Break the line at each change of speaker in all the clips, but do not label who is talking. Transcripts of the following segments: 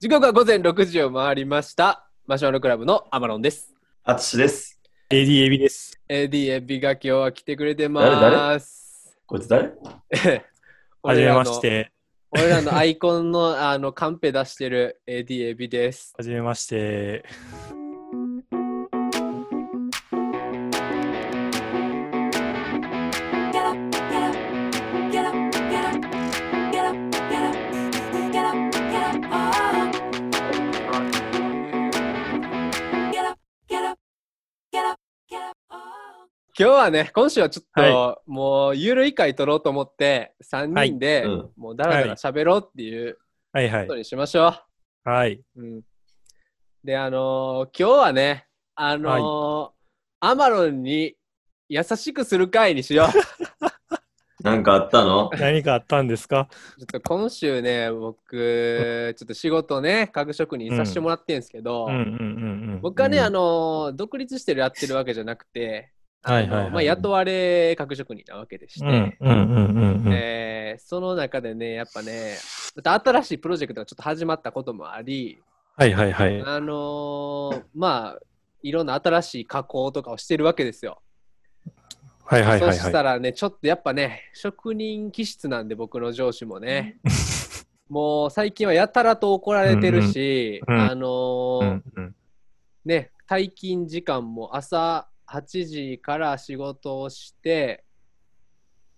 時刻は午前6時を回りました。マシュマロクラブのアマロンです。
あつしです。
ADAB です。
AD エビが今日は来てくれてます。
こいつ誰
はじ
俺
め
らの
まして。
俺らのアイコンのあのカンペ出してる AD エビです。
はじめまして。
Get up, get up, get up, get up, get up, get up, get up, get up, oh. Get up, get up, get up, get up, oh.
今日はね、今週はちょっと、
は
もうゆるい回撮ろうと思って、3人で、
はいうん
もうだらだら喋ろうっていう
はいは
こ
い
と。にしましょう。
はい。
うん、で、あのー今日はね、あのーアマロンに優しくする回にしよう。
なんかあったの
何かあったんです か
ちょっと今週ね、僕、ちょっと仕事ね、家具職人させてもらってるんですけど、
うんうんうんうん。
僕はね、
うん
あのー独立してるやってるわけじゃなくて、
はいはいはい
あのまあ、雇われ家具職人なわけでして、
うんうんうんうんうん。
えーその中でね、やっぱね、また新しいプロジェクトがちょっと始まったこともあり、
はいはいはい。
あのーまあ、いろんな新しい加工とかをしてるわけですよ。
はいはいはい
そ
は
し
い
た。らね、ちょっとやっぱね、職人気質なんで、僕の上司もね。もう最近はやたらと怒られてるし、
うんうんうん
あの
う
ー
んうん
ね、退勤時間も朝8時から仕事をして、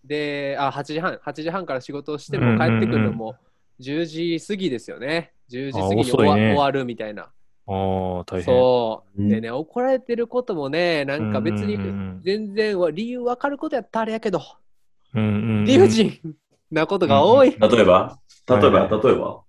で、あ、8時半、8時半から仕事をしても
うんうんう
帰
ん
ってくるのも10時過ぎですよね。10時過ぎに
あ
終
遅い
わ,、
ね
終わるみたいな。
おー、大変。
そう。
うん
でね、怒られてることもね、なんか別に
うんうんうん
全然わ理由わかることやったらあれやけど、
うんうんうん
理不尽なことが多い。
例えば例えば、
はいはい
例えば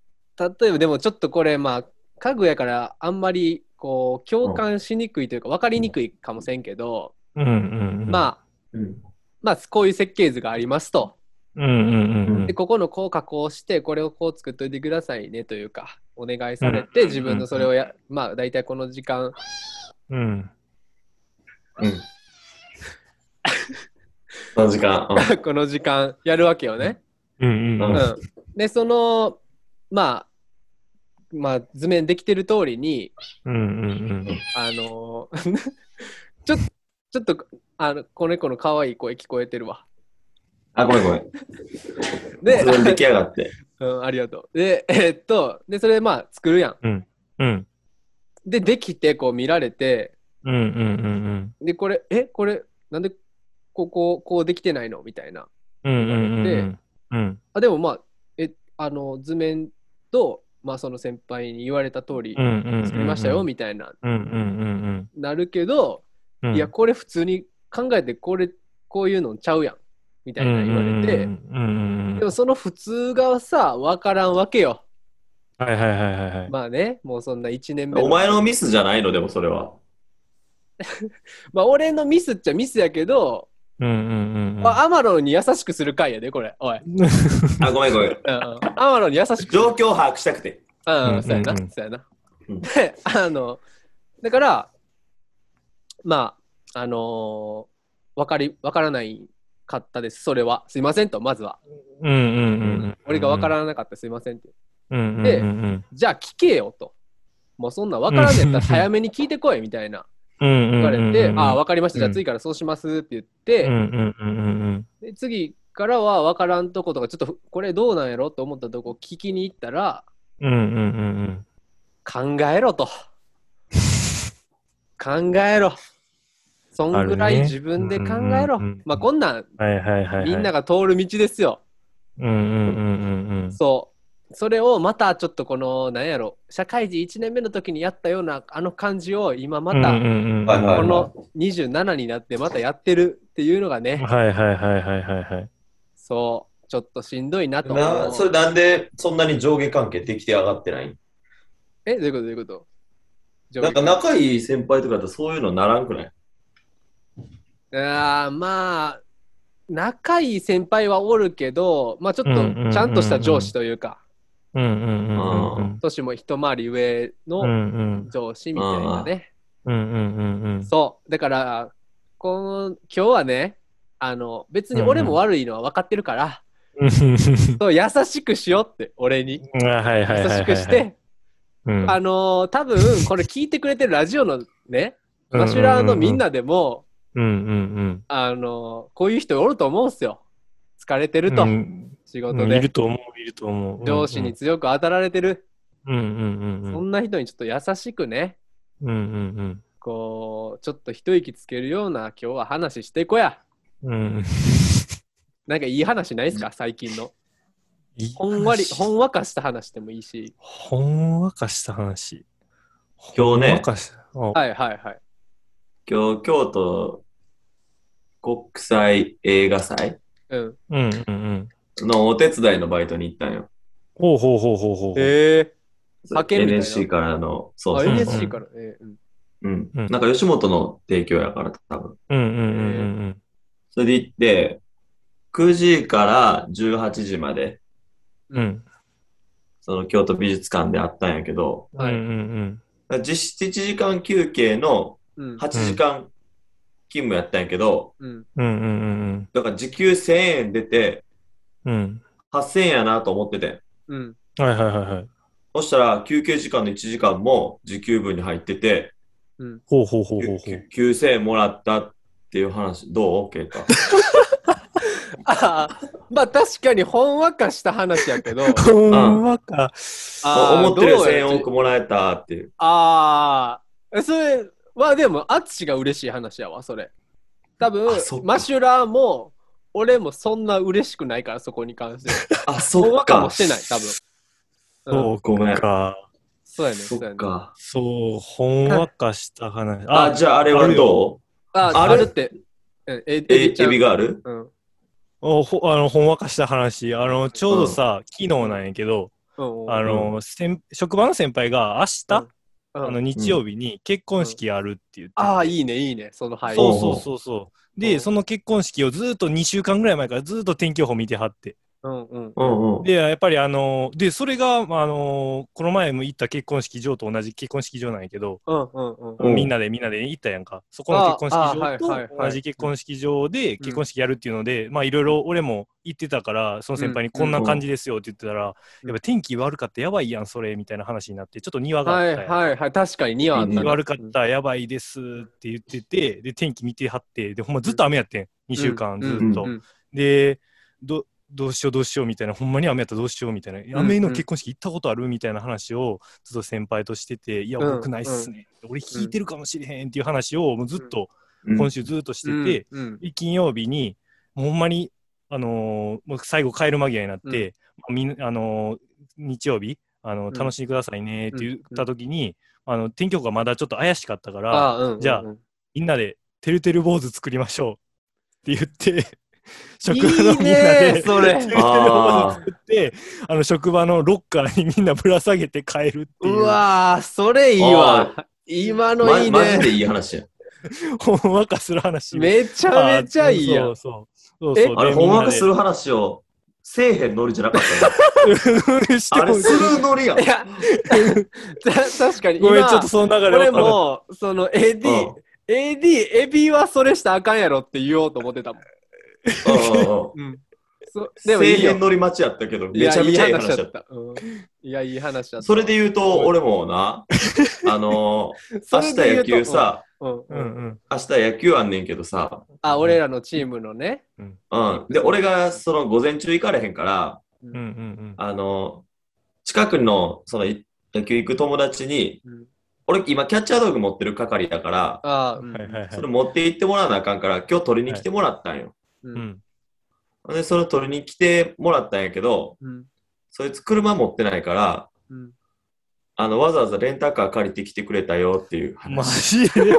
例えばでもちょっとこれまあ家具やからあんまりこう共感しにくいというか分かりにくいかもしれんけど、
うんうんうん。あ。
まあ
うん。
まあこういう設計図がありますと
うんうんうん。
でここのこう加工してこれをこう作っといてくださいねというかお願いされて
うん
自分のそれをやまあ大体この時間
うん。
うん。この時間。うん
この時間やるわけよね。
うんうん
う
うんん。
でそのまあまあ図面できてる通りに
うんうんうん。
あのー ちょちょっとあのこの子の可愛い声聞こえてるわ。
あ、ごめんごめん。
で
突、然出来上がって。
うん、ありがとう。で、えっと、で、それまあ作るやん。
うん
で、できてこう見られて、
うんうんうん
で、これ、え、これ、なんでここ、こうできてないのみたいな。
うん。うんうんうんうん。うん
あ、でもまあ、え、あの、図面と、まあその先輩に言われた通り
うんうんうん。
作りましたよ、みたいな、
うんうんうん
なるけど、
うんうん。
いや、これ普通に考えて、これ、こういうのちゃうやん。みたいな言われて、
うんうんうんうん
でもその普通がさ、分からんわけよ。
はいはいはいはいはい。
まあね、もうそんな1年目
お前のミスじゃないのでもそれは。
まあ俺のミスっちゃミスやけど、
うんうんうんうん。
まあアマロンに優しくする回やで、これ。おい。
あ、ごめんごめ
うんう
ん。
んアマロンに優しく。
状況把握したくて。
うん、
う
うんん、そうやな
うんう。ん
そうやな。
うん
で、あの、だから、まあ、あのー、わかり、わからないかったです、それは。すいませんと、まずは。
うんうんうんうん。
俺がわからなかった、すいませんって。
うんうん
で
うん
じゃあ聞けよと。もうそんなわからんねやったら早めに聞いてこいみたいな。
う
言
ん。言
われて、ああ、
わ
わかりました、じゃあ
うん
次からそうしますって言っ
かうん
て、
うんうんうん
で次からはわからんとことか、ちょっとこれどうなんやろと思ったとこ聞きに行ったら、
うん。うんうんうん
考えろ と。考えろ。そんぐら
ある
い
ね
自分で考えろ。
うんうんうん
まあこんなん、
うん。はいはいはいはい。
みんなが通る道ですよ。
うんうんうんうんうん。
そう。それをまたちょっとこの、なんやろ、社会人1年目の時にやったようなあの感じを今また、
うんうんうん
はいはい
この27になってまたやってるっていうのがね、
はいはいはいはいはいはい。
そう、ちょっとしんどいなと。
な、それなんでそんなに上下関係できて上がってない
え、どういうことどういうこと上
なんか仲いい先輩とかだとそういうのならんくない
あーまあ、仲いい先輩はおるけど、まあちょっ
うんうんうんう
と
ん
ちゃんとした上司というか、
うんうんうんうんうん。
年も一回り上
う
の
んうん
上司みたいなね。
うんうんうん うん。
そう、だから、この今日はね、あの別に俺も悪いのは分かってるから、
うんうんうん
そう優しくしようって、俺に。
うんはいはいはい
優
はい。
しくして、
うん
あのー多分これ聞いてくれてるラジオのね、マシュラーのみんなでも、
うんうん
あのーこういう人おると思うんすよ。疲れて
うん。
ると、
うん
仕
う
事
んい
で
る。と思う、いると思う。うん
上司に。強く当たられてる。
うんうんうん
そ
うん。
んな人にちょっと優しくね、
うんうん
こう、ちょっと一息つけるような今日は話していこうや。
うん。うん。
なんかいい話ないですか、最近の。
いい話
ほん わり、ほんわかした話でもいいし。
ほんわかした話。
今日ね
ほんわかした。お
はいはいはい。
今日、京都国際映画祭
うん。
うんうんうん。
のお手伝いのバイトに行ったんよ。
ほうほうほうほうほう。
え派遣みたいな
NSC からの、
ー。
そ
あ、
うそうそう。
NSC から。えーうん
うん。
うん
なんか吉本の提供やから、多分。
うんうんうん
それで行って、9時から18時まで、
うんうん。
その京都美術館であったんやけど、
うん。うんう
はい。
ん
だから実質1時間休憩の
うん。
8時間勤務やったんやけど、
うん。
うん。うんうんうん
だから時給1000円出て、
うん。うん。
8000円やなと思っててん。
うん。
はいはいはいはい。
そしたら、休憩時間の1時間も時給分に入ってて、
ほうほうほうほうほう。
9000円もらったっていう話、どうケイタ。
ああ、まあ確かにほんわかした話やけど、
ほんわか。
あー
思ってるよ
どう
り1000
や
円多くもらえたっていう。
ああ、それはでも、あつしが嬉しい話やわ、それ。多分
あそっ、か
マシュラーも、俺もそんな嬉しくないから、そこに関しては。
あ、
ほん
そ
わ
っ
かも
か。
してない、多分。
そ
ん、
うか。
そうやね。
そ
そうや
っ
ね。
か。
そう、ほんわかした話。
あ、じゃああれ
ある
は
よ
どう
あ、あ
あ
る
れ
って。うんえ、
え、
ちゃ
エ
ん
ビがある
うん。
おほあのほんわかした話あのちょうどさ、昨日なんやけど、
うん。
あの先職場の先輩が明
う
日、
んうん
あの日曜日に結婚式やるって言って、
ああ、いいね、いいね、その配
そう
慮。
そうそうそう
う
で
ん
その結婚式をずっと2週間ぐらい前からずっと天気予報見てはって
うんうん。
うんうん。
でやっぱりあのでそれが、まああのこの前も行った結婚式場と同じ結婚式場なんやけど、
うんうんうん。
うん
みんなでみんなで行ったやんかそこの結婚式
ああ
場
はいはい
と
はい
同じ結婚式場で結婚式やるっていうので、まあいろいろ俺も行ってたからその先輩にこんな感じですよって言ってたら、
うん
やっぱ天気悪かったやばいやんそれみたいな話になってちょっと庭があ
は
った
い
やん、
はいはい、確かに2はあったね。
悪かったやばいですって言っててで天気見てはってでほんまずっと雨やってん2週間ずっと、
うんうんうん
でどどうしようどうしようみたいなほんまに雨やったらどうしようみたいな雨の結婚式行ったことあるみたいな話をずっと先輩としてていや
うん
僕ないっすね、俺弾いてるかもしれへんっていう話をもうずっと
うん
今週ずっとしてて、
うんうん
で金曜日にほんまに、あのーもう最後帰る間際になって、みんあのー日曜日、あの
う
ー
ん
楽しんでくださいねって言った時に、あの天気予報がまだちょっと怪しかったから
ああうんうんうん
じゃあみんなで「てるてる坊主作りましょう」って 言って職場のみんなで
いいねそれ
てるてる坊主作ってあの職場のロッカーにみんなぶら下げて帰るっていうう
わー、それいいわ。今 のいい
まマジで
ね。
いい話や。
ほんわかする話
めちゃめちゃいいや
あ
ん。
そうそうそうそう
あれ、
で
ほんわ
みんな
か
です
る話をせえへんノリじゃなかっ たね
して
あ
も
れ、するノリやん
い。や、 た確かに今、
ごめん、ちょっとその流れ
俺
分からん
も、その AD、
うん
AD、エビはそれしたらあかんやろって言おうと思ってたもん。
うんうんうん
うん、そで
せ
もいい
えへ
よ
ん。ノリ待ちやったけど、
い
め
や
ちゃめちゃいい
い
話
だ
や
っ
った。
た。うんいや、いい話だった。
それで言うと、俺も な、あのー、
そ
明
れ
日
で言うと
野球、さ、
うん
う
うん
んうん。
明日野球あんねんけどさ、
あ、俺らのチームのね。
うん。で、俺がその午前中行かれへんから、
うんうん
あのー、近くの、その、い野球行く友達に、
うん、
俺今キャッチャー道具持ってる係だから、
あ
う
ー、
ん。
うん
はいはいはい。
それ持って行ってもらわなあかんから、今日取りに来てもらったんよ。
う
うんん。
で、それ取りに来てもらったんやけど、
うん
そいつ車持ってないから、
うん
あの、わざわざレンタカー借りてきてくれたよっていう
マ
話。
ジ で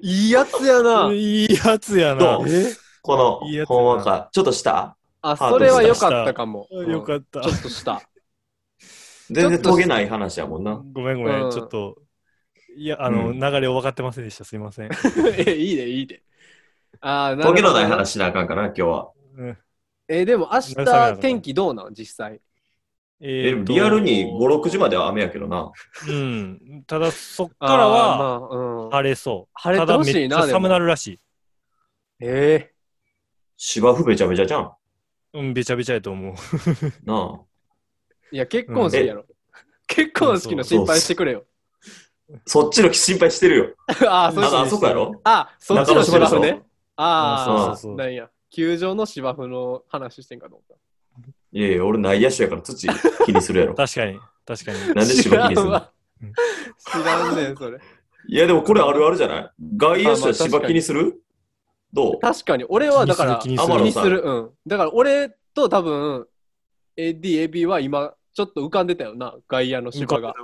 いいやつやな。
いいやつやな
ど。
え
こ
いいや
の、
つだ
ほんわか、ちょっとした
あ、
ハー
そ
ト
れは
した
良かったかも。うん
よかった
ちょ。っとした。
全然遂げない話やもんな。
ごめんごめ
うん
ん、ちょっと。いや、あの、
うん
流れを分かってませんでした。すいませ ん。
え、いいね、いいね。あーなるほ
遂
ど
げのない話しなあかんかな、今日は。
うん
えでも明
慰めなが
日
ら
天気どうなん実際。
え
えーと
リアルに5、6時までは雨やけどな。
うん。ただ、そっ からは
あー、まあうん、
晴れそう。
晴れてほしいな
ただめっちゃ寒
でも
なるらしい。
え
芝生めちゃめちゃじゃん。
うん、べちゃべちゃやと思う。
なあ。
ーいや、結婚式やろ。結婚式の心配してくれよ。
そっちの心配してるよ。
ああ、そっ
そう
あ
ち
の
の
あそこやろ
あ、そっちの芝生ね。
あ
あ
そう
あ
そうそ、う
なんや。球場の芝生の話してんかと思っ
いやいや、俺内野手やから土気にするやろ。
確かに、確かに。
た。
なんで芝気にす
知ら
る
ん
の
わ知らんねん、それ。
いや、でもこれあるあるじゃない外野手は芝気にするどう
確かに、俺はだから、
気
気
に
に
する気にする
する。うん。だから、俺と多分、AD、AB は今、ちょっと浮かんでたよな、外野の芝が。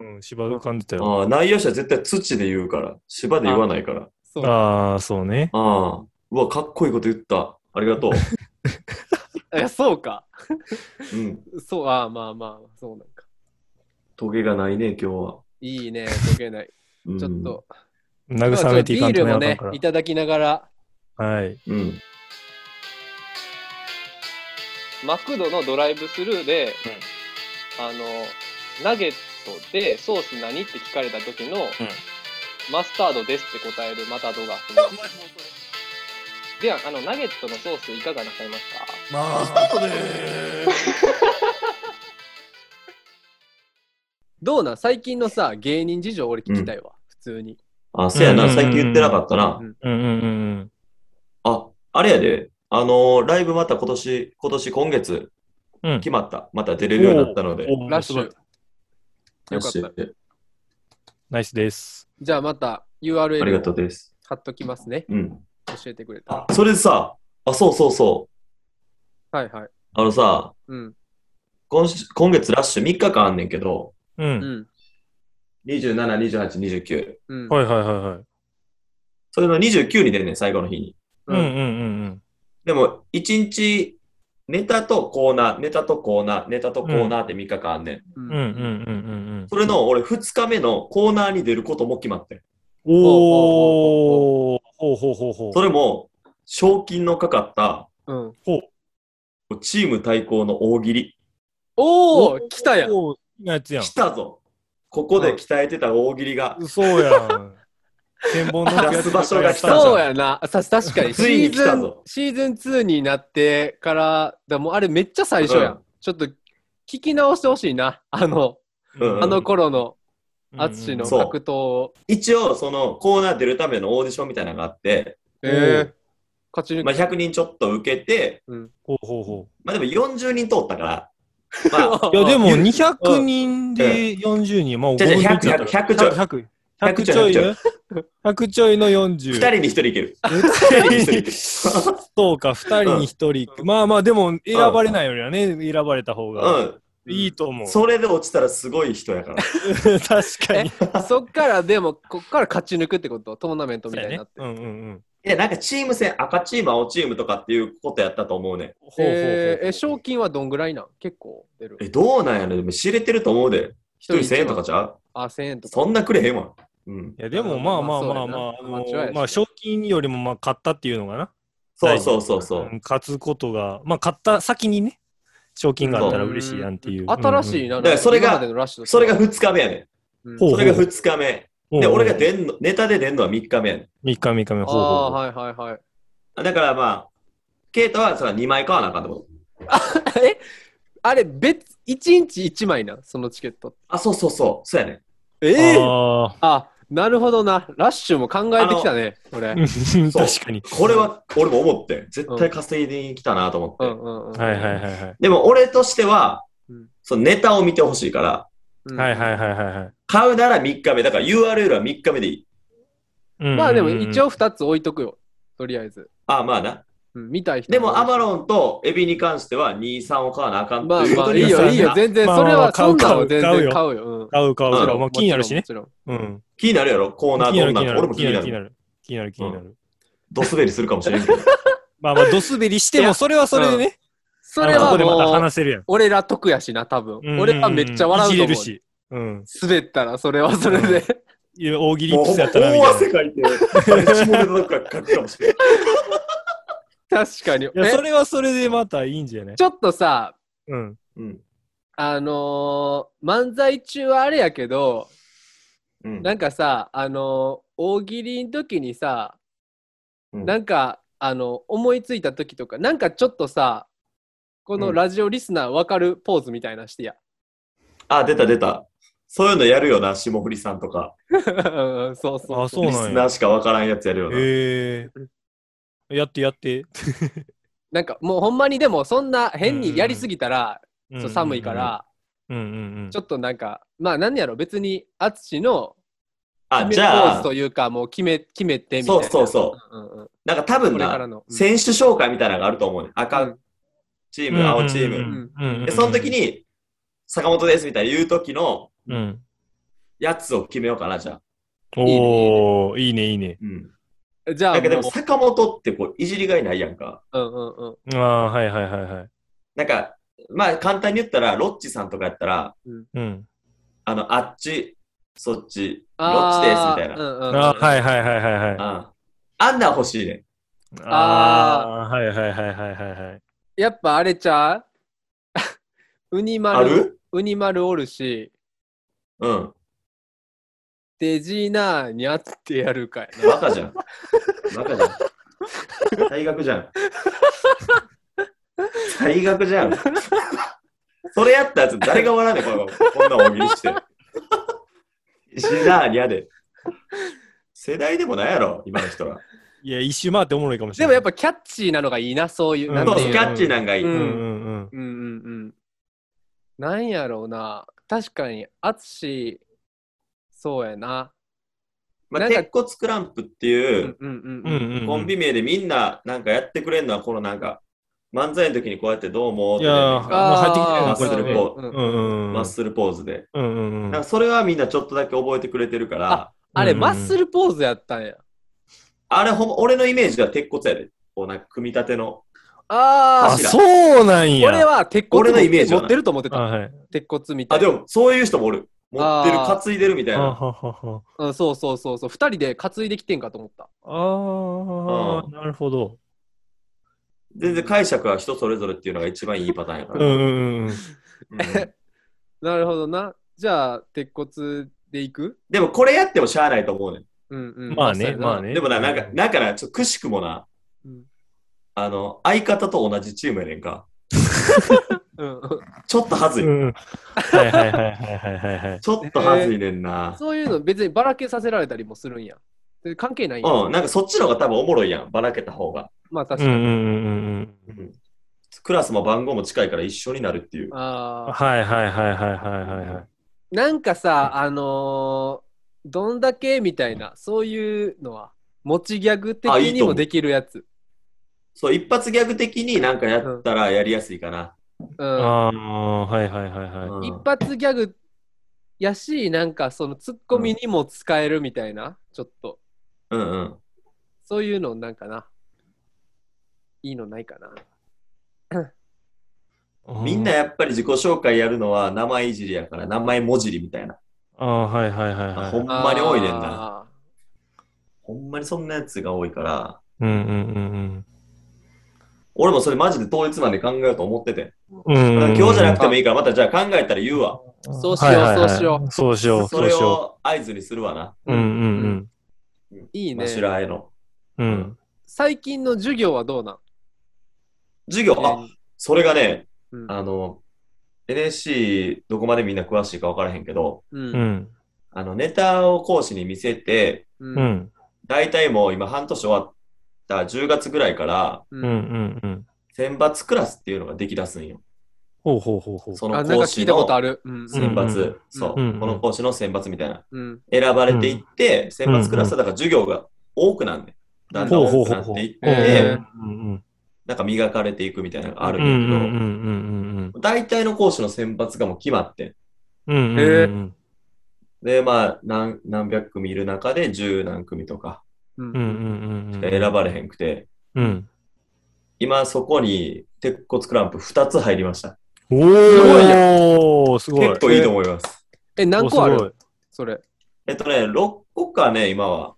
うん、芝浮かんでたよ。
ああ内野手は絶対土で言うから、芝で言わないから。
そう。
ああ、そうね。
ああ。うわ、かっこいいこと言った。ありがとう。
えそうか。
うん。
そう、ああ、まあまあ、そうなんか。
トゲがないね、今日は。
いいね、解けない。
うん
ちょっ。と。
慰めてい
ビ
か
ー
んと
ル
ね
も
あかん
ね
か、
いただきながら、
ら。はい。
うん。
マクドのドライブスルーで、あの、ナゲットでソース何って聞かれた時の、マスタードですって答えるマタドが。では、あの、ナゲットのソースいかがなさいますか
まあ、スタートでーす。
どうなん最近のさ、芸人事情俺聞きたいわ、普通に。
あ、せや
う
な、
ん
最近言ってなかったな
う。ん
うんうんうん
あ、あれやで。あのーライブまた今年、今年今月
うん。うん
決まった。また出れるようになったので。
おー
ラッシ
すごい
ュ。よかった。
た。
ナイスです。
じゃあまた
ありが
URL
とうです。
貼っときますね。
うん。
教えてくれたら
あ、それでさ、あ、そうそうそ
はいはい。
う。あのさ、
うん。
今し今月ラッシュ3日間あんねんけど、
う。
うんん。
27、28、29。
うん。
はいはいはいはい。
それの29に出んねん、最後の日に。
うんうんうん
でも、1日、ネタとコーナー、ネタとコーナー、ネタとコーナーって3日間あんねん。
う
うん。うんうんうん
それの、俺、2日目のコーナーに出ることも決まってん。
うん。おー。ほうほうほうほう。
それも、賞金のかかった、
うん。
ほう。
チーム対抗の大喜利。
おお来たやん。
おー好きなやつやん
来。たぞここで鍛えてた大喜利が、
そうやん。千本のやつとかやったんじゃん
そうやな。さ確 かに。シ
ついに
ー
来
ズ
た
ン
ぞ、
シーズン2になってから、だもうあれめっちゃ最初やん。
うん
ちょっと聞き直してほしいな。あの、
うん
あの頃の
うん
淳の
そう
格闘を。
一応そのコーナー出るためのオーディションみたいなのがあって、
うん
ええ勝ち抜
まあ、
き。
100人ちょっと受けて、
ほうほうほ
まあ、でも40人通ったから、まあ、
う。いや、でも
うん
200人で40人、まあ、
じゃあじゃあ
5分の1
100、
だ
100ちょい
100、100、100ちょい
100
ね。100ちょいの40。
2人に1人いける。
2
人に一
そうか、2人に1人。まあまあ、でも、選ばれないよりはね、選ばれた方
う
が
ん。
いいと思う。
それで落ちたらすごい人やから。
確かに。
そっからでも、こっから勝ち抜くってこと、トーナメントみたいになって。
うんうんうん。
いや、なんかチーム戦、赤チーム、青チームとかっていうことやったと思うねん。
ほうほうほう
えーえ、賞金はどんぐらいなん結構出る。
え、どうなんやねんでも知れてると思うで。一人1000円とかじゃう
あ、1000円とか。
そんなくれへんわ。うん。
いや、でも、まあまあまあまあ、あ
まあそうやな
のまあ、賞金よりも、まあ、勝ったっていうのかな。
そうそうそうそう
うん。勝つことが、まあ、勝った先にね、賞金があったら嬉しいやんっていう。
新しい
い
な。
だからそれが
今までのラッシュとして
それが、2日目やねん。
うん
ほう
それが2日目。で、俺が
出
出んの、ネタで出んのは3日目やねん。
3日3日目、
あ
ほうほ
あ、
うほう。
はいはいはい。
だからまあ、ケイトはそ2枚買わなあかんってこと。
えあれ、別、1日1枚な、そのチケット。
あ、そうそうそう、そうやね。
え
あ
あ、なるほどな。ラッシュも考えてきたね、これ。
ー
そう
確かに。
これは俺も思って、絶対稼いでに来たなと思って。
うんうんうん。
はいはいはいはい。
でも俺としては
うん、
そのネタを見てほしいから、
うん
はいはいはいはいはい。
買うなら3日目、だから URL は3日目でいい。
うん
まあでも一応、2つ置いとくよ。とりあえず。
ああ、まあな。
うん、見たい人。
でもアマロンとエビに関しては2、3を買わなあかん
まあ
という
ま
こと
あ、
に
いい
は
そ
よ
さ
うや
いいよ。
な
全然、
まあ
それは、そんなんは全
買う
然
よ
買うよ。うん。
買う買う
うん
買う。まあ気になるしね
も。ちろん。も
うん。
気になるやろコー
気
ナー
にな
ど
る
んなんか
気にな
俺
る
も
気
気
に
にな
なる気にな
る。
る気になる気になる。
ドスベリするかもしれんけど。
まあまあ、ドスベリしても、それはそれでね、
ちろんそ
あ
れ
のこ
は
こでまた
もう、
話せるやん
俺ら得やしな、多分
うんうんうん。。
俺はめっちゃ笑うと
いじれ
思
る
う。
し。うん。
滑ったら、それはそれで。
いや大喜利
も
っ
うほん
つ
ま
やったらみ
大
たい
汗かいて、下ネタとか書くかもしれん。
確かに。
な。いや、
え
それはそれでまたいいんじゃない
ちょっとさ、
うん。
うん。
あのー漫才中はあれやけど、
うん
なんかさ、あのー大喜利の時にさ、
うん
なんか、あの、思いついた時とか、なんかちょっとさ、こ
う
の
ん
ラジオリスナーわかるポーズみたいなしてや。
あ、出た出た。そういうのやるよな、霜降りさんとか。
うんそうそう。
あ、そう
リ
な
ス
ん
ナ
や
ー。しかわからんやつやるよな。
へえ。やってやって。
なんかもうほんまにでもそんな変にやりすぎたら、
うん
そう寒いから、
うんうんうん。
ちょっとなんか、まあ何やろ、別に淳の
あ、
決め
じ
るポ
ゃ
ー
あ
ズ、というか、もう決め決めてみたい
そう
な。
そうそう。
うんうんうん
なんか多分
これから
な、
の。うん
選手紹介みたいなのがあると思うね。赤
うん
チ
チ
ーム、青チーム。
ム
で、その時、に、坂本ですみたいな言う時の
うんうん。
やつを決めようかな、じゃあ。
おー、いいね、いいね。
うん。
じゃあ
なんかでも
も
坂本ってこう、いじりがいないやんか。
う、うんうんうん。
ああ、はいはいはいはい。
なんか、まあ簡単に言ったら、ロッチさんとかやったら、
うん。
あの、あっち、そっち、ロッ
あ
チ
ー
ですみたいな。
う
うん
んうんうん
あーはいはいはいはいはい。
あんなん欲しいね。
あー、はいはいはいはいはいはい。
やっぱあれちゃうウニ
あ
丸
る
ウニ丸おるし、
うん。
デジナーにゃってやるかい
バカじゃん。バカじゃん。大学じゃん。大学じゃん。それやったやつ誰が笑うねん、このこんなん大喜利して。しなーにゃで。世代でもないやろ、今の人ら。
いや、一周回っておもろいかもし
で
れ
も
ない。
やっぱキャッチーなのがいいな、そういう。
うん
なん
そう、
て
ス
い
キ
う。
ャッチーなんかいい。
う
うんんうんうん。
うんうんうん。なんやろうな。確かに、アツシ、そうやな。
ま
な
あ、
んか
鉄骨クランプって
う
い
ん
う
うんうん
う
うんん。
うんうん
コンビ名でみんななんかやってくれるのは、このなんか、漫才の時にこうやってどうもっ
い
て
やー、
ね、
入
あ
っ
あ
てきたよな、これで
こ
う
う
ね。
んうん
うんうんう
マッ
ん。
スルポーズで。
うんうんう
なん
ん
か。それはみんなちょっとだけ覚えてくれてるから、
あれ、
うん
マッスルポーズやったんや。
あれほん、俺のイメージは鉄骨やで。こうなんか組み立ての。
あ
あ、
あ、
柱
そうなんや。
俺は鉄骨
俺のイメージは
持
な
っ
い
てると思って
あ
た。
はい。
鉄骨みた
あ、
いな。
でもそういう人もおる。持ってる、
あー
担いでるみたい
あは
な。
はは。
うん、そうそうそうそう。二人で担いできてんかと思った。
あ
う
あ、なるほど。
全然解釈は人それぞれっていうのが一番いいパターンやか
う
ら。
んうんうん。
うん
なるほどな。じゃあ、鉄骨でいく
でもこれやってもしゃあないと思うね
うんうん。
まあね
そうやな
まあね
ん。でもな、なんか、なんかな、ちょっとくしくもな、
うん
あの、相方と同じチームやねんか。
うん
ちょっとはずい。
うんうんはいはいはいはいはいはいはい。
ちょっとはずいねんな。
そういうの別にばらけさせられたりもするんや。で関係ないんや。
うん、なんかそっちの方が多分おもろいやん。ばらけた方が。
まあ確
う
か
ん
に。
うんうんうん
うんクラスも番号も近いから一緒になるっていう。
あ
うん。
あ
はいはいはいはいはいはいはい。
なんかさ、あのーどんだけみたいな、そういうのは、持ちギャグ的
あいい
に
と思
も
う
できるやつ。
そう、一発ギャグ的になんかやったらやりやすいかな。
うん
ああ、はいはいはいは
うん
一発ギャグやし、なんかそのツッコミにも使えるみたいな、ちょっと。
うんうん。
そういうのなんかな。いいのないかな。
い。
みんなやっぱり自己紹介やるのは名前いじりやから、名前もじりみたいな。
ああ、はいはいはいは
ほん
い。
まに多いねんな。
あ
ほんまにそんなやつが多いから、
うんうん
俺もそれマジで統一まで考えようと思ってて。
うんうん。うんうんうん
今日じゃなくてもいいから、またじゃあ考えたら言うわ。
そうしよう
はいはいはい
そうしよう
そうしよう、
そ
そう
れ
しよ
を合図にするわな。
う。うんうん
ーいいね
マ。シュラーへの。
うん。うん。
最近の授業はどうなん
授業、あ、それがね、
うん
あの、NSC どこまでみんな詳しいか分からへんけど、
う
うんん。
あの、ネタを講師に見せて、
う
うんん。
大体もう今半年終わった10月ぐらいから
う
うんうんんうん。
選抜クラスっていうのができだすんよ。
ほうほうほうほう。
そ
あ
の
なんか
講
聞
師
いた
の
ことある。うん
選
うんう
抜
ん。
そう。
うんうん
この講師の選抜みたいな。
うん
選ばれていって、選抜クラスはだから授業が多くなんね。だんだん
ほう
多
ほう
く
ほ
な
う
っ
ほう。
ていっ
ほうほうほう
て、
うん
なんか磨かれていくみたいなのがあ
う
る
んうん
んだ
うん
け
うん
ど、大体の講師の選抜がもう決まってん。
うんうん。うん
へ
うん
で、まあ、何何百組いる中で十何組とか
うん
うんうんうん。
選ばれへんくて、
うん。
今そこに鉄骨クランプ2つ入りました。
おー、すごい。
結構いいと思います。
え、何個あ
おすご
る
い
それ。
えっとね、6個かね、今は。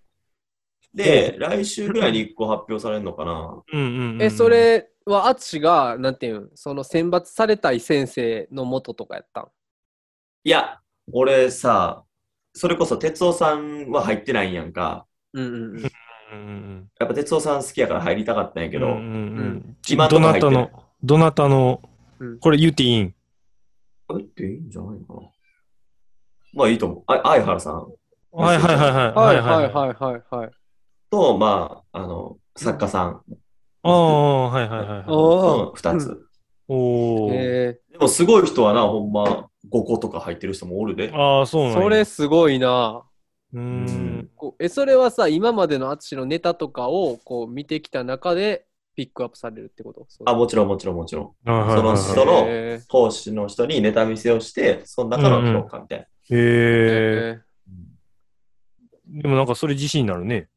で、来週ぐらいに1個発表されるのかな。
うんうんうん
え、そ、れは、アツシが、なんていうん、その選抜されたい先生のもととかやったん
いや、俺さ、それこそ哲夫さんは入ってないんやんか。
うんうんうん。
うんうん
やっぱ哲夫さん好きやから入りたかったんやけど、
うんうんう
うんん、
ち
今んと
ど
こ
な
入って
た
る
の、どなたの
うん、
これ言っていいん
入っていいんじゃないかな。まあいいと思う。あ相原さん
はいはいはいは。
はいいはいはいはいはい。
と、まあ、あの、作家さん
ああ、はいはいはいはい。
の2
う
つ。
おお。
え
でもすごい人はな、ほんま5個とか入ってる人もおるで。
ああ、そうなん
ー、
や
それ、すごいな。
うー。
うん
こうえそれはさ今までの淳のネタとかをこう見てきた中でピックアップされるってことそう
あ、もちろんもちろんもちろん。
はいはい
その
はい
人の
へー
講師の人にネタ見せをして、その中の評価みたいな。
へえ。
へ
でもなんかそれ自信になるね。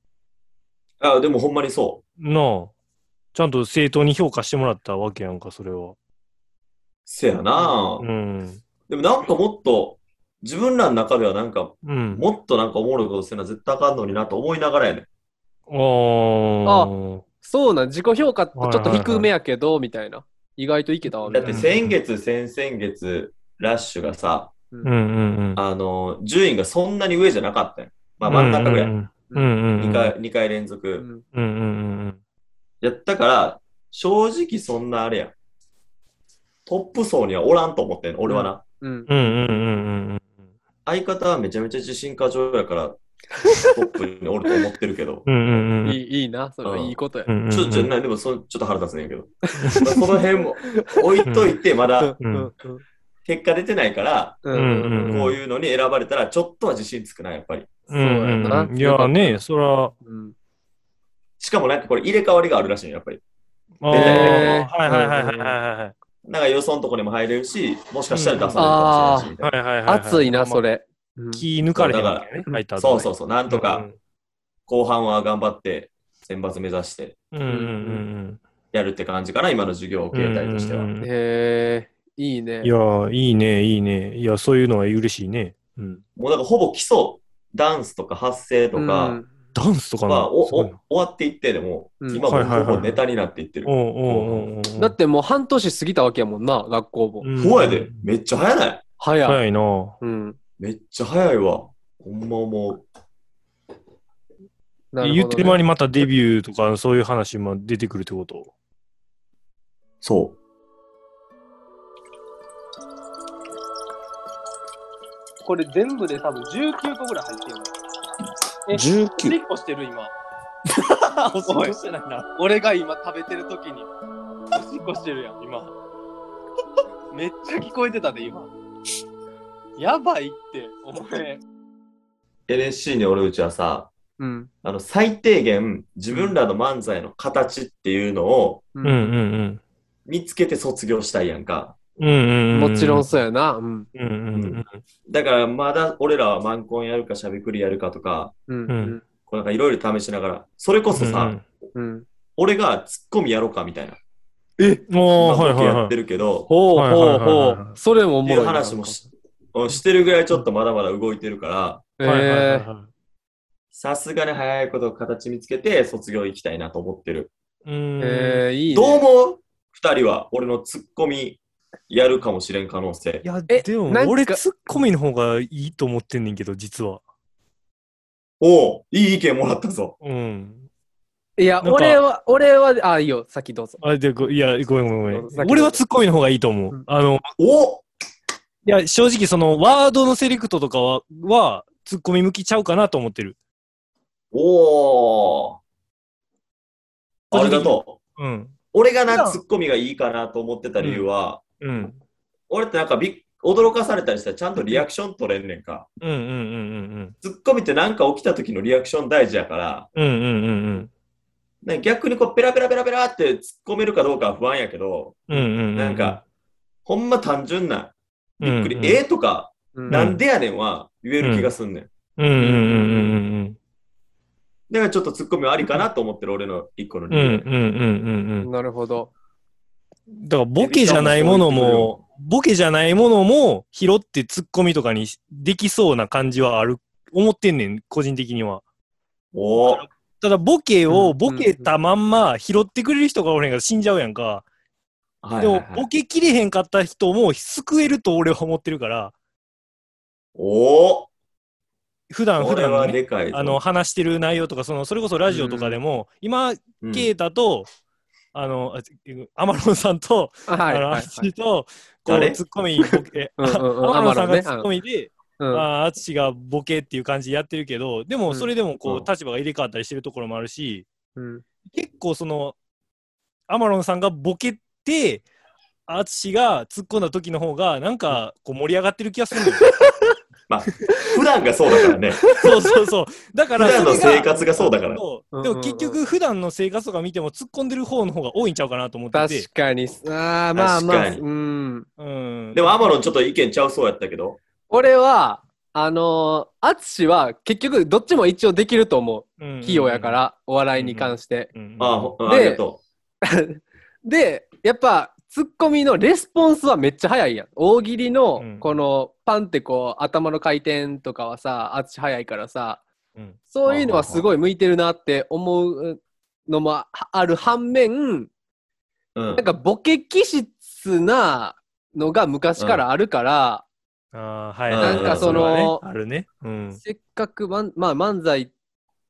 あ、でもほんまにそう。
なあ。ちゃんと正当に評価してもらったわけやんか、それは。
せやな、
うん。
でもなんかもっと、自分らの中ではなんか、
うん。
もっとなんかおもろいことせな絶対あかんのになと思いながらやねん。
あ
そうなん自己評価ってちょっと低めやけど、みたいな意外といけたわみた
だ
い
っ
な
て先月、先々月、ラッシュがさ、
あ。うんうんうん。
あの、順位がそんなに上じゃなかったんよまあ真ん中ぐらい。
うんうんうん。
2回、二回連続。
うん
うんうん
やったから、正直そんなあれやん。トップ層にはおらんと思ってんの、俺はな。
うん
うん。うんうんうんうん。
相方はめちゃめちゃ自信過剰やから、トップにおると思ってるけど。
うんうんうん。
いいいいなそれはいいことや、
うんうんうん
ちょっと、ちょっと、なでもそ、ちょっと腹立つねん けど。まあその辺も置いといて、まだ
うんうん
結果出てないから、
う
うんんうんうん。
こういうのに選ばれたら、ちょっとは自信つくな、やっぱり。
うんうんうん。いやね、そら、
うん
しかもなんかこれ入れ替わりがあるらしいのやっぱり。
ああ、はいはいはいはいはいは
なんか予想のとこにも入れるし、もしかしたら出されるかもしれないしみたい
い。はいはいはい。
熱いなそ。れ、うん
気抜かれへんわけね、入った。
な。そうそううそう、なんとか。後半は頑張って選抜目指して
うんうんうん
やるって感じかな、今の授業
うん。
形態としては。
へえいいね
いや、いいね、いいね。いや、そういうのは嬉しいね。うん。
もうだからほぼ基礎、ダンスとか発声とか、
うん
ダンスとか
まあおお
お
終わっていってでも、
うん
今
はいはい
も
はい
ほぼネタになっていってる。
おおお
だってもう半年過ぎたわけやもんな学校も、
そうやで、めっちゃ早ない
早い、
早いな。
うん
めっちゃ早いわ。ほんまも
なるほどね
言ってる間にまたデビューとかそういう話も出てくるってこと
う、そう。
これ全部で多分19個ぐらい入ってるの。え
19。
1個してる今。
お
しっこ
してないな。
俺が今食べてる時に。おしっこしてるやん、今。めっちゃ聞こえてたで、今。やばいって、お前。
NSC におるうちはさ、
うん。
あの最低限自分らの漫才の形っていうのを
うんうん
見つけて卒業したいやんか。
うん。うんうん。
もちろんそうやな。うん。
うんうん
だからまだ俺らはマンコンやるかしゃべくりやるかとか、
うん。
うん
こうなんかいろいろ試しながら、それこそさ、
うん。
俺がツッコミやろうかみたいな、
うん。おお
そんな
は
いボケ
はい
や
は
ってるけど、
ほう
はいはい
ほう
はいはい
ほう。それもお
って
もろ
いう
いな。
話もししてるぐらいちょっとまだまだ動いてるから、
い。はいはいはい
え
は
さすがに早いこと形見つけて卒業行きたいなと思ってる。
い。うん
ー、。えー、いいね。
どう思う二人は俺のツッコミやるかもしれん可能性
い。や、
え
でも
なんか
俺ツッコミの方がいいと思ってんねんけど、実は。
おおいい意見もらったぞ。
うん。
いや、
なんか
俺は、俺は、あ、いいよ、先どうぞ。
あ、で、ごいや、ごめんごめん
どう
ご
ぞ
め
先
ん。俺はツッコミの方がいいと思
う。
うんあの、
お
いや、正直そのワードのセレクトとかは、は、ツッコミ向きちゃうかなと思ってる。
おおありがとう。
うん。
俺が
普段
な、ツッコミがいいかなと思ってた理由は、
うん。
俺ってなんかびっ驚かされたりしたらちゃんとリアクション取れんねんか。
うんうんうん
ツッコミってなんか起きた時のリアクション大事やから、
うんうん。うんうんうんうん。
ね逆にこうペラペラペラペラって突っ込めるかどうかは不安やけど、
うんうんうんうん。
なんか、ほんま単純な、
び
ゆっくり、ええとか、
うん
なんでやねんは言える気がすんねん。
うんうんうんうんうん
だからちょっとツッコミはありかなと思ってる俺の一個の
うん。う
理
ん
由。
うんうんうんうん。
なるほど。
だからボケじゃないものも、ボケじゃないものも拾ってツッコミとかにできそうな感じはある、思ってんねん、個人的には。
おお
ただボケ
う
を
ん
ボケたまんま拾ってくれる人がおれへんから死んじゃうやんか。
はいはい
でも
はい
ボケきれへんかった人も救えると俺は思ってるから、
おお
普段普
俺
段
は
の
で
ね、
かいぞ。
あの、話してる内容とか、その、それこそラジオとかでも、今、
うん
ケイタと、あの、あアマロンさんと、
はい。
あの、
は
ア
い
ッシーと、こ
誰
う、ツッコミ、ボケ、
うんうんうん
天野さん
アマロンね
がツッコミで、
ううん
あ淳がボケっていう感じでやってるけどでもそれでもこう、
うん
立場が入れ替わったりしてるところもあるし
うん
結構そのアマロンさんがボケて淳が突っ込んだ時の方がなんかこう盛り上がってる気がするのよ
普段がそうだからね。普
そうそうそう だから
段の
それ
生
が
活がそうだから。
そう
うん
でも結局普段の生活とか見ても突っ込んでる方の方が多いんちゃうかなと思ってて
確かに。ああ、まあま
確
あ、
かに
うん。
うん
でもアマロンちょっと意見ちゃうそうやったけど。
俺は、あのー、淳は結局どっちも一応できると思う。
うん
器用やから、お笑いに関して。
うん
ああほうん
で
ありがと
で、やっぱ、ツッコミのレスポンスはめっちゃ早いやん。大喜利
う
の
ん、
この、パンってこう、頭の回転とかはさ、淳早いからさ、
うん
そういうのはすごい向いてるなって思うのもあある反面、
う。うん
なんかボケ気質なのが昔からあるから、
あーはい、
うんなんかそ
の
あるね。うん。
せっかくまん、まあ、漫才っ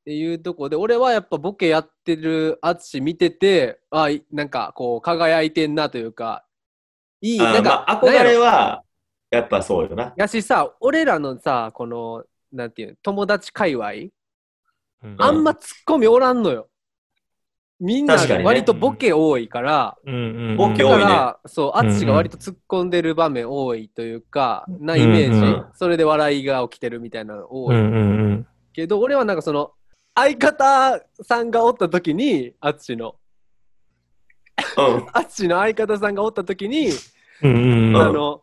ていうとこで俺はやっぱボケやってる淳見ててあいなんかこう輝いてんなというかいい
あ
な
あ
んか
まあ、憧
な
れ
んやろ
は、やっぱそうよな。
やしさ俺らのさこのなんていうの友達界隈
うん
あんまツッコミおらんのよ。みんな
確かにね
割とボケ多いから、
うんうんうん
ボケ
だ
多い
か
ね
ら、そう、
うんうん
淳が割と突っ込んでる場面多いというか、なイメージ、
うん
うん
それで笑いが起きてるみたいなの多
う
い、
んうんうん。
けど、俺はなんかその、相方さんがおった時に、淳の、
うん。
淳の相方さんがおった時に、
うんうんうん。
あの、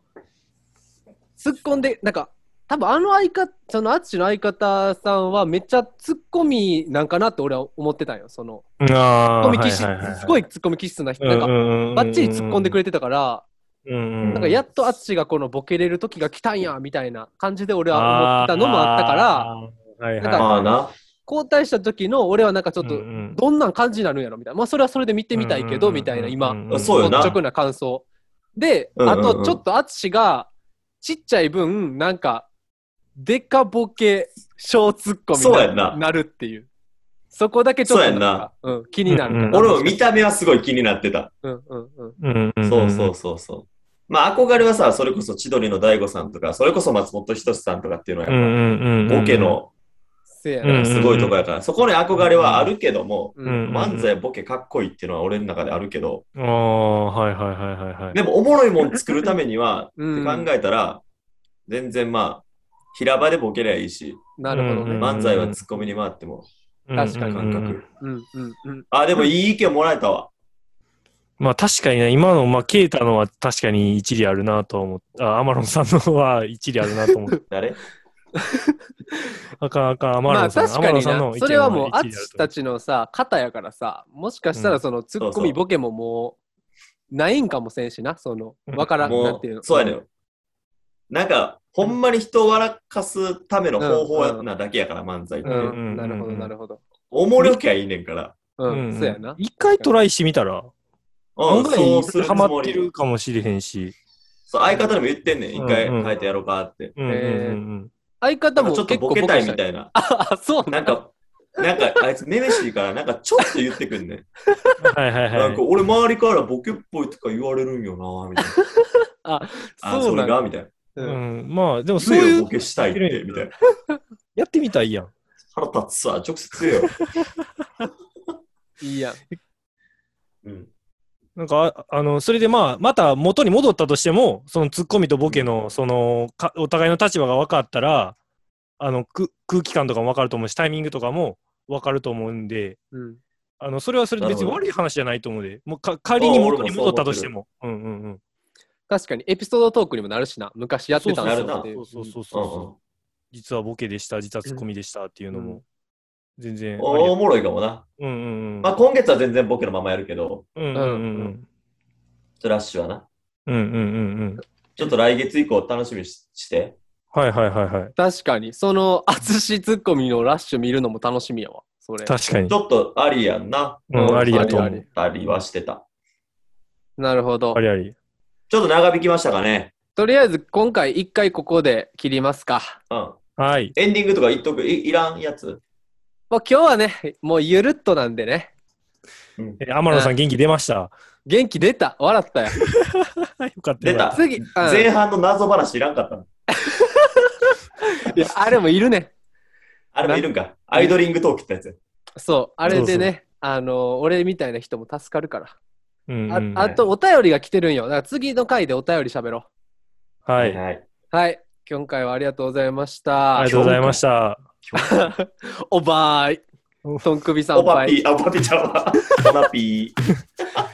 突っ込んで、なんか、多分あの相方、その淳の相方さんはめっちゃ突っ込みなんかなって俺は思ってたんよ、その、ツッ
あ
コ
ー
ミ気質、
はいはいはい
すごい突っ込み気質な人、
う
なんんか、
うんうんうん
バッチリ突っ込んでくれてたから、
うんうん。
なんかやっとアッチがこのボケれる時が来たんやみたいな感じで俺は思ってたのもあったから
ら、はいはい、
なんか
ああな。
交代した時の俺はなんかちょっと
うんうん
どんなん感じになるんやろみたいなまあそれはそれで見てみたいけど
うんうんうん
みたいな今
んん
そうよ
率
な
直な感想で
うんうん
あ
うん
とちょっとアッチがちっちゃい分なんかデカボケ小ツッコ
そうや
ミ
ん
に
な
なるっていうそこだけちょっとなんかうん気になるか
うん
ら
俺も見た目はすごい気になってた。
うんうんうん
うんうんん
そうそうそうそう。まあ憧れはさ、それこそ千鳥の大悟さんとか、それこそ松本人志さんとかっていうの
うん
は、
うんうんうん。
ボケの
せや
う
なん
すごいとこやから、そこに憧れはあるけども、
う
うんん
漫才ボケかっこいいっていうのは俺の中であるけど、
ああ、はいはいはいはいはい。
でもおもろいもん作るためには、って
うん
考えたら、全然まあ、平場でボケりゃいいし、
なるほど
うん
ね
漫才はツッコミに回っても
確かに
感
うんうんうん
覚。
うんうんうん
あ、でもいい意見もらえたわ。
まあ確かにね、今の、まあ、ケイタのは確かに一理あるなとは思った。あアマロンさんのは一理あるなと思った。
誰
あかんあかん、アマ
ま
ロ
あ
ンさん。
確か
アマロ
に
ンさん
な
の意見
それはもう
一理ある
淳たちのさ肩やからさもしかしたらそのツッコ
そうそ
ミ
う
ボケももうないんかもせんしなそのわからんなん
も
ていう
う、
の
そうやねん。なんか、ほんまに人を笑かすための方法なだけやから、漫才って。
う
うんうん
んなるほどなるほど
おもろきゃいいねんから。
う
うんん
そうやな
一回トライしてみたら、
う
案
ん、そうす
外
るつ
ハマ
も
って
り
る。かもしれへんし。
そう、相方にも言ってんねん。
う
一
ん
回変えてやろうかって。
うんうんうん
相方
なんか
も
ちょ
結
っ
構
とボケたいみ
い
たいな。
あそう
なんか、なんか、あいつめめしいから、なんかちょっと言ってくんねん。
うん。はいはい
な
は
ん
い
か、。俺周りからボケっぽいとか言われるんよなみたい な。あ、
そ
そう
な
れ
んだ
がみたいな。
う
うんん、まあ、でもそう
夢
い
を
う
ボ、ケしたいって、みたいな。
やってみたらいいやん。
腹立つさ、直接言えよ。
いいやん
うん。
なんか、ああの、それでまあ、また元に戻ったとしても、そのツッコミとボケの、その、かお互いの立場が分かったら、あの、く空気感とかも分かると思うし、タイミングとかも分かると思うんで、
うん
あの、それはそれで別に
なるほど
悪い話じゃないと思うで、もうか仮に元に戻ったとしても。うんうんうん。
確かにエピソードトークにもなるしな昔やってたんです
そ
よ
う
っていう
そうそうそう
う
そ
ん
う
う。
そうん実はボケでした、実はツッコミでしたっていうの
う
も、全然ありや
おおもろいかもな。
うんうんうん。
まあ、今月は全然ボケのままやるけど、
うんうんうん
トラッシュはな。
うん。うんうんうんうん。
ちょっと来月以降楽しみにしして。
はいはいはいはい。
確かにその淳ツッコミのラッシュ見るのも楽しみやわそれ
確かに
ち。ょっとありやんな。
うん、ありやと思
ありあ
う
り。
ありはしてた。
なるほど
ありあり。
ちょっと長引きましたかね。
とりあえず今回一回ここで切りますか
うん。
はい。
エンディングとか言っとく。いいらんやつ
もう今日はね、もうゆるっとなんでね。
えー天野さん元気出ました。
元気出た笑ったよ。
よかった。
出た
次、うん
前半の謎話いらんかったの。
いや、あれもいるね。
あれもいるんか。アイドリングトークってやつ。
そう、あれでね、あの、俺みたいな人も助かるから。
うん
あ
うん
あと、お便りが来てるんよ。だから次の回でお便り喋ろ
はい。あ
はい。
う。はい。今回はありがとうございました
りが。とうございました。
おばーい。とんくびさん
オ
ば
パ
い
ピー、あ、オパピーちゃんは。オナピー。